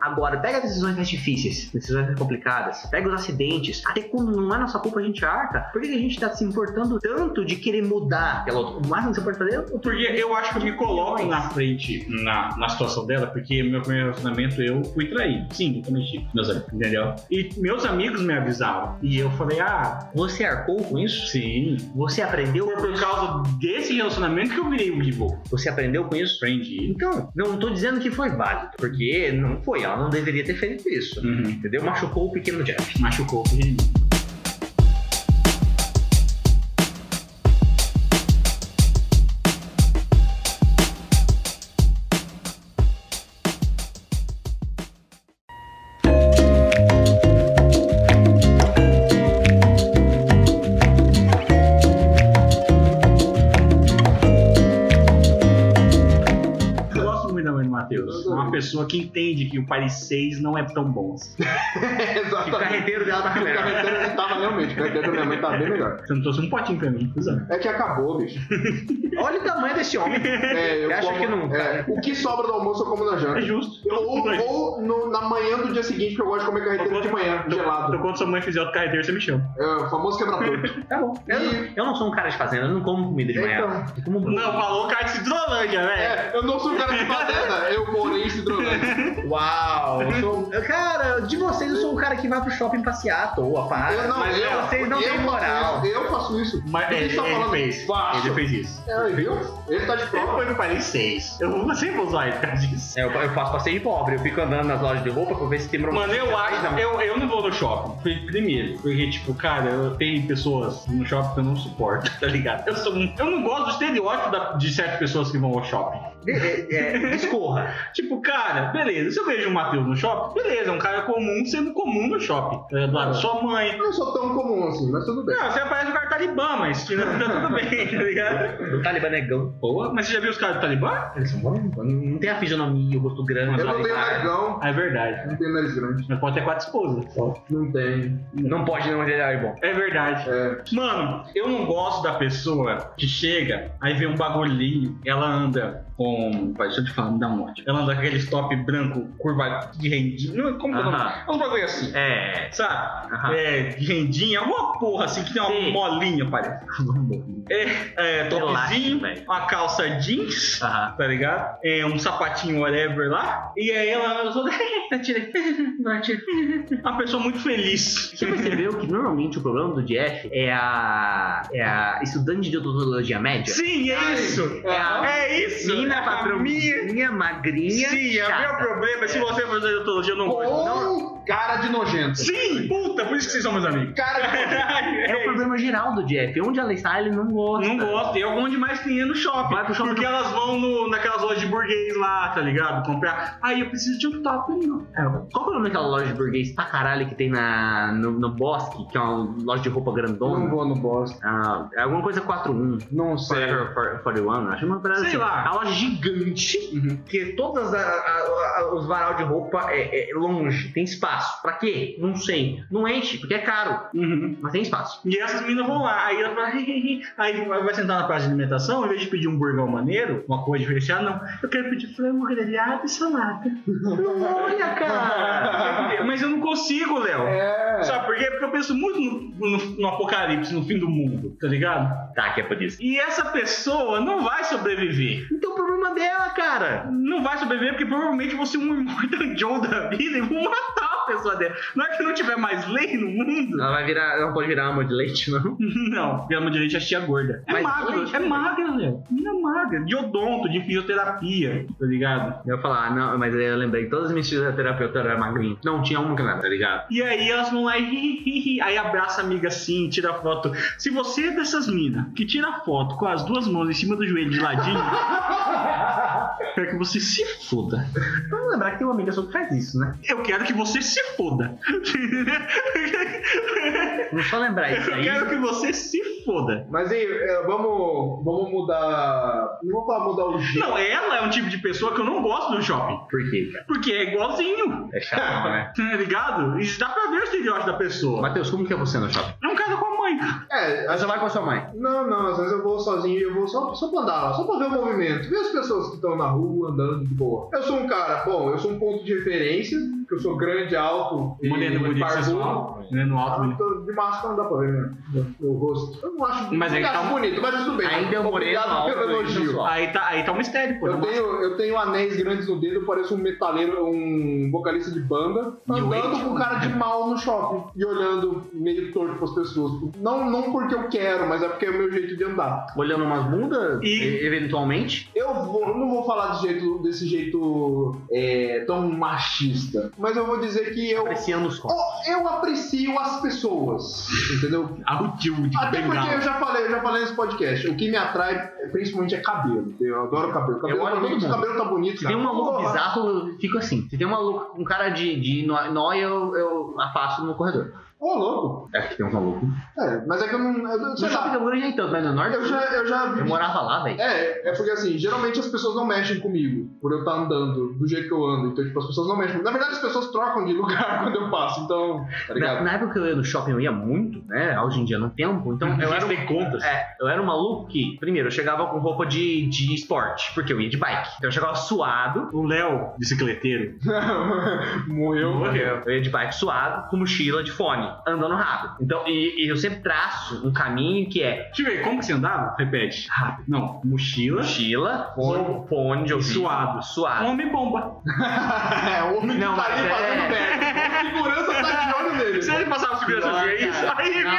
Agora, pega as decisões mais difíceis, decisões mais complicadas, pega os acidentes. Até quando não é nossa culpa, a gente arca. Por que que a gente tá se importando tanto de querer mudar aquela outra? O máximo que você pode fazer é outro Porque eu acho que eu me coloco na frente, na, na situação dela, porque meu primeiro relacionamento eu fui traído. Sim, eu cometi, meus amigos, entendeu? E meus amigos me avisavam. E eu falei, ah, Você arcou com isso? sim. Você aprendeu Foi por causa desse relacionamento que eu virei um o Givo. Você aprendeu com isso? Aprendi. Então, não tô dizendo que foi válido, porque não foi, ela não deveria ter feito isso. Uhum. Entendeu? Machucou o pequeno Jeff. Machucou. Sim. Eu gosto muito da mãe do Matheus. É uma pessoa que entende que o parecer não é tão bom. assim. E o Exatamente. carreteiro dela tá O melhor. carreteiro tava realmente, o carreteiro da minha mãe tá bem melhor. Você não trouxe um potinho pra mim, cuzão. É que acabou, bicho. Olha o tamanho desse homem. É, eu Você acha como- que não- tá? é, o que sobra do almoço eu como na É janta. justo. Eu- ou ou no- na manhã do dia seguinte, que eu gosto de comer carreteiro de manhã, Então, gelado. quando sua mãe fizer outro carreteiro, você me chama. É, o famoso quebra-torto. Tá bom. Então. Eu, não- eu não sou um cara de fazenda, eu não como comida de manhã. Eu como Não, falou o cara de né? Cidrolândia, velho. É, eu não sou um cara de fazenda, eu morei em Cidrolândia. Uau! eu um sou- eu- Cara, de vocês eu sou o cara que vai pro shopping passear à toa, pá. Eu não, Ah, mas é, eu, vocês não eu têm faço moral. isso, Eu faço isso. Mas Ele ele, tá ele falando fez. baixo. Ele fez isso. É, viu? Ele tá de Ele prova. foi no Paris 6. Eu vou sempre usar ele por causa disso. É, eu, eu faço passeio de pobre, eu fico andando nas lojas de roupa pra ver se tem promoção. Mano, eu acho. Eu, eu não vou no shopping. pri- Primeiro, porque, tipo, cara, eu tenho pessoas no shopping que eu não suporto, tá ligado? Eu, sou, um- eu não gosto do estereótipo da- de certas pessoas que vão ao shopping. É, é, escorra. Tipo, cara, beleza. Se eu vejo o Matheus no shopping, beleza, é um cara comum sendo comum no shopping. Tá ligado? Sua mãe, Eu não sou tão comum assim, mas tudo bem. Não, você aparece o cara do Talibã, mas né, tá tudo bem, tá ligado? O Talibã negão. Boa. Mas você já viu os caras do Talibã? Eles são bons. Não tem a fisionomia, o rosto grande. Eu não sabe? tenho narigão, Ah, é verdade. não tenho nariz grande. Mas pode ter quatro esposas. Não tenho. Não pode não olhar bom. É verdade. É. Mano, eu não gosto da pessoa que chega, aí vê um bagulhinho, ela anda com. Pai, deixa eu te falar, me dá um ódio. Ela anda com aquele top branco, curva de rendinho. Não, Como que é o nome? Aham. É um bagulho assim. É. Sabe? Aham. É, de rendinha, alguma porra assim que tem uma Sim. molinha, parece. É, topzinho, Elástico, velho. uma calça jeans. Aham. tá ligado? É um sapatinho whatever lá. E aí ela ela toda. Atira. Atira. Uma pessoa muito feliz. Você percebeu que normalmente o problema do Jeff é a. é a estudante de odontologia média? Sim, é isso! É a É isso! Menina é a minha- patrãozinha, magrinha. Sim, é o meu chata. problema. Se você for fazer odontologia, eu não assim. gosto. Ou um cara de nojento. Sim, puta, por isso que vocês são meus amigos. Cara de É o problema geral do Jeff. Onde ela está, ele não gosta. Não gosto, e algum demais tem no shopping. Vai pro shopping. Porque elas vão no, naquelas lojas de burguês lá, tá ligado? Comprar. Aí eu preciso de um top, não. Qual que é o nome daquela loja de burguês pra caralho que tem na, no, no Bosque, que é uma loja de roupa Não grandona? vou no bosta. Ah, é alguma coisa 41. Não sei. Forever for- 41, acho uma parada Sei assim. lá. Uhum. É uma loja gigante, que todos os varal de roupa é, é longe, tem espaço. Pra quê? Não sei. Não enche, porque é caro, Uhum. mas tem espaço. E essas meninas vão lá, aí ela fala, aí vai sentar na praça de alimentação, em vez de pedir um burgão maneiro, uma coisa diferenciada, não. Eu quero pedir frango grelhado e salada. Olha, cara! Mas eu não consigo, Léo. É. Sabe por quê? Porque eu penso muito no, no- no apocalipse, no fim do mundo, tá ligado? tá, que é por isso. E essa pessoa não vai sobreviver. Então o problema dela, cara. Não vai sobreviver porque provavelmente você é um Immortal Joe da vida e vão matar a pessoa dela. Na hora que não tiver mais lei no mundo. Ela vai virar. Ela não pode virar ama de leite, não. Não, pelo amor de Deus, a tia gorda. É Mas magra, leite, é né? magra, velho. Mina magra. De odonto, de fisioterapia, tá ligado? Eu ia falar, ah, não, mas aí eu lembrei que todas as minhas fisioterapeutas eram magrinhas. Não, tinha uma que não era, tá ligado? E aí elas vão lá e ri, ri, ri. aí abraça a amiga assim, tira foto. Se você é dessas minas que tira foto com as duas mãos em cima do joelho de ladinho, quero que você se foda. Vamos lembrar que tem uma amiga sua que faz isso, né? Eu quero que você se se foda. Vou só lembrar isso Eu aí. quero que você se foda. Mas aí, é, vamos, vamos mudar. Não vou falar mudar o jeito. Não, ela é um tipo de pessoa que eu não gosto no shopping. Por quê, cara? Porque é igualzinho, É chato, né? tá ligado? Isso dá pra ver o estereótipo da pessoa. Matheus, como que é você no shopping? É um cara com a mãe, cara. É, Você vai com a sua mãe. Não, não, às vezes eu vou sozinho e eu vou só, só pra andar lá, só pra ver o movimento, ver as pessoas que estão na rua andando de boa. Eu sou um cara, bom, eu sou um ponto de referência, que eu sou grande, alto, e Mulher bonita barbudo. sensual, né? No Ah, alto, eu né? tô de máscara não dá pra ver mesmo. Meu rosto. Eu não acho, Mas não aí tá acho um- bonito, mas tudo bem. Ainda é um moreno Obrigado alto pelo e elogio. sensual. Aí tá, aí tá um mistério, pô. Eu tenho, eu tenho anéis grandes no dedo, eu pareço um metaleiro, um vocalista de banda, andando com cara de mal no shopping e olhando meio torto pras pessoas. Não, não porque eu quero, mas é porque é o meu jeito de andar. Olhando umas bundas, E- e- eventualmente. Eu vou- eu não vou falar de jeito- desse jeito é, tão machista, mas eu vou dizer que eu, Apreciando os corpos. Oh, eu aprecio as pessoas, entendeu? Arrutil de Até porque eu bengala. já falei, eu já falei nesse podcast, o que me atrai é, principalmente é cabelo. Eu adoro cabelo. Cabelo, Eu olho tá bonito, todo mundo. cabelo tá bonito. Se tem um cara. maluco Porra. bizarro, eu fico assim. Se tem um maluco com cara de, de nó- nóia, eu, eu afasto no corredor. Ô, louco. É que tem um maluco. É, mas é que eu não. Eu, No sei shopping lá, do Grande nem tanto, mas no norte. eu já, eu já vi. Eu morava lá, Tá velho. É, é porque assim, geralmente as pessoas não mexem comigo, por eu estar andando do jeito que eu ando. Então, tipo, as pessoas não mexem comigo. Na verdade, as pessoas trocam de lugar quando eu passo, então. Tá ligado? Na, na época que eu ia no shopping, eu ia muito, né? Hoje em dia não tempo, então eu era, um, de contas. é, eu era um maluco que, primeiro, eu chegava com roupa de, de esporte, porque eu ia de bike. Então eu chegava suado, O Léo, bicicleteiro. Morreu. é. eu, ia de bike suado, com mochila de fone, andando rápido. Então, e, e eu sempre traço um caminho que é Deixa eu ver, como que você andava? Repete. Rápido. Não, mochila. mochila, fone, fone de ouvido, suado. suado. Homem bomba. É, o homem Não, que tá mas ali é- fazendo merda. O segurança tá de olho nele. Você passava segurança Pior, assim, é isso cara. aí, viu? Não.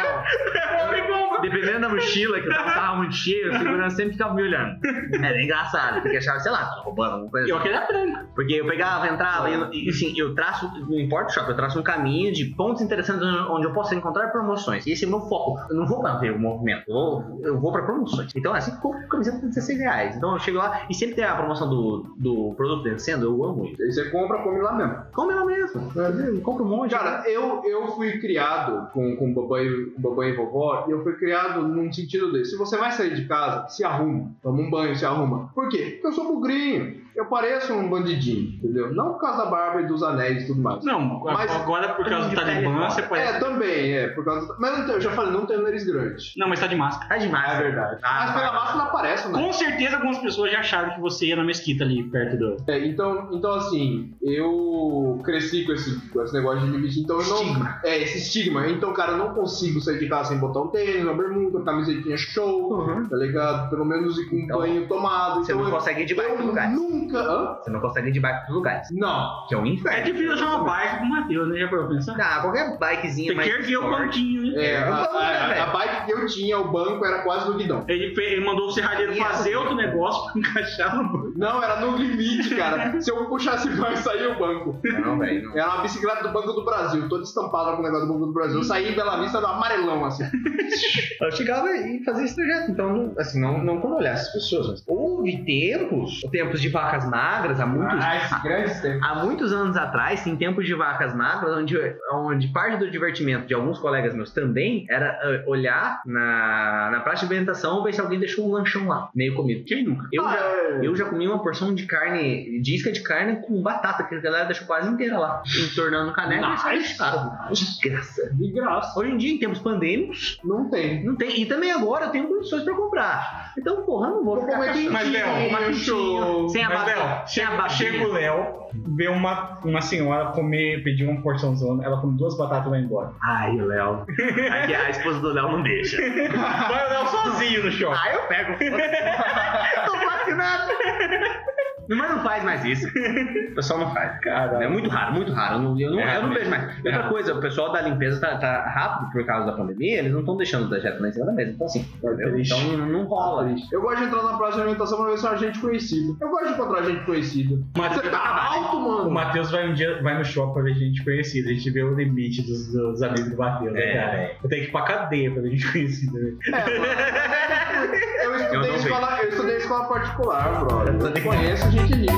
É homem bomba. Dependendo da mochila, que eu tava muito cheio, o segurança sempre ficava me olhando. Era engraçado, porque achava, sei lá, tava roubando alguma coisa. assim. Eu aquele era branco. Porque eu pegava, entrava, e, e, assim, eu traço, não importa o shopping, eu traço um caminho de pontos interessantes onde eu posso encontrar promoções. E esse é o meu foco. Eu não vou pra ver o movimento, eu vou, eu vou pra promoções. Então, assim, compro camiseta por 16 reais. Então, eu chego lá e sempre tem a promoção do, do produto vencendo, eu amo isso. Aí você compra, come lá mesmo. Como ela mesmo. Eu compro um monte. Cara, eu, eu fui criado com, com babãe, babãe e vovó, e eu fui criado num sentido desse. Se você vai sair de casa, se arruma. Toma um banho, se arruma. Por quê? Porque eu sou bugrinho. Eu pareço um bandidinho, entendeu? Não por causa da barba e dos anéis e tudo mais. Não, Mas- agora por causa do de Talibã, pele você parece. É, também, é. Por causa... Mas não tem- eu já falei, não tenho nariz grande. Não, mas tá de máscara. tá demais. É verdade. Mas pela máscara aparece, né? Com certeza algumas pessoas já acharam que você ia na mesquita ali perto do. É, então, então, assim, eu cresci com esse, com esse negócio de limite, então eu não. Estigma. É, esse estigma. Então, cara, eu não consigo sair de casa sem botar um tênis, uma bermuda, uma camisetinha show, tá ligado? Pelo menos ir com um Uhum. Então, banho tomado. Você então não eu, consegue ir de bike eu pro lugar. nunca. Hã? Você não consegue ir de bike pros lugares. Não. Que é um inferno. É difícil achar uma bike com o Matheus, né? Já parou pra pensar? Ah, qualquer bikezinha Tem que mais erguer o forte. banquinho, né? É, a, não tô vendo, a- a- velho. a bike que eu tinha, o banco, era quase no guidão. Ele, fe- ele mandou o serralheiro Minha é fazer vida. outro negócio pra encaixar no banco. Não, era no limite, cara. Se eu puxasse mais, saía o banco. Não, velho, não. Era uma bicicleta do Banco do Brasil, toda estampada com o negócio do Banco do Brasil. Eu saí em Bela Vista do amarelão, assim. Eu chegava e fazia esse trajeto. Então, não- assim, não, não quando eu olhasse as pessoas. Mas houve tempos, tempos de vacas magras, há muitos, grandes tempos. há muitos anos atrás, em tempos de vacas magras, onde, onde parte do divertimento de alguns colegas meus também era eh, olhar na, na praça de alimentação ver se alguém deixou um lanchão lá, meio comido. Quem nunca? Eu, Ah, já, é. eu já comi uma porção de carne, de isca de carne com batata, que a galera deixou quase inteira lá, entornando caneca e saiu Desgraça. De graça. Hoje em dia, em tempos pandêmicos, Não tem. Não tem. E também agora eu tenho condições pra comprar. Então, porra, eu não vou ficar quentinho, Mas, Léo, eu show. sem a Mas, babinha. Léo, Sem a chega, babinha. chega o Léo, vê uma, uma senhora comer, pedir uma porçãozona, ela come duas batatas e vai embora. Ai, o Léo. Aqui, a esposa do Léo não deixa. Vai o Léo sozinho no shopping. Ah, eu pego. foda-se. Tô vacinado. Mas não faz mais isso. O pessoal não faz. Cara, É muito raro, muito raro. Eu não, eu É, não, eu não vejo mais. E outra coisa, o pessoal da limpeza tá, tá rápido por causa da pandemia, eles não estão deixando o dejeto lá em cima da mesa. Então, assim, entendeu? É triste. Então não, não rola. Eu gosto de entrar na praça de alimentação pra ver se é uma gente conhecida. Eu gosto de encontrar gente conhecida. Mas Você tá alto, o mano. Matheus vai um dia vai no shopping pra ver gente conhecida. A gente vê o limite dos, dos amigos do Matheus, né, É, cara? Eu tenho que ir pra cadeia pra ver gente conhecida. né? É, Eu Eu estudei, não em sei. escola, eu estudei em escola particular, brother. Eu conheço gente rica.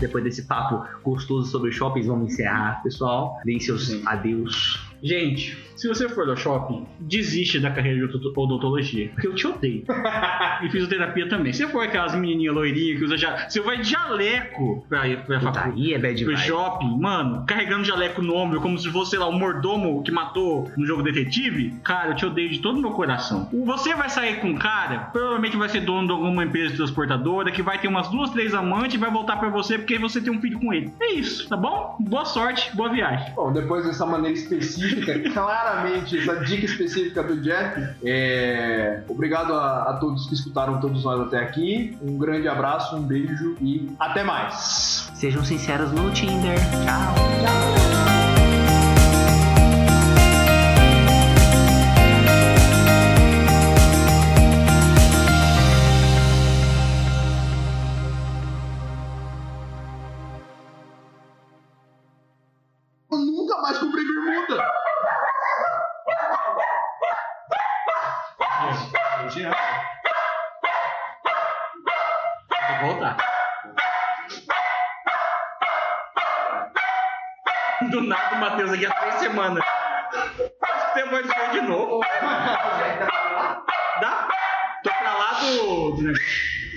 Depois desse papo gostoso sobre shoppings, vamos encerrar, pessoal. Deem seus adeus. Gente, se você for do shopping, desiste da carreira de odonto- odontologia, porque eu te odeio. e fisioterapia também. Se for aquelas menininhas loirinhas que usa já. Se vai de jaleco pra, Puta, pra faculdade. aí é bad Pro vibe. um um É tá Bom, depois dessa maneira específica, claramente, essa dica específica do Jeff, é... obrigado a, a todos que escutaram todos nós até aqui. Um grande abraço, um beijo e até mais. Sejam sinceros no Tinder. Tchau. Eu nunca mais comprei bermuda. Vou voltar. Do nada o Matheus aqui é há três semanas. Acho que depois foi de novo. Dá? Tô pra lá do. do negócio.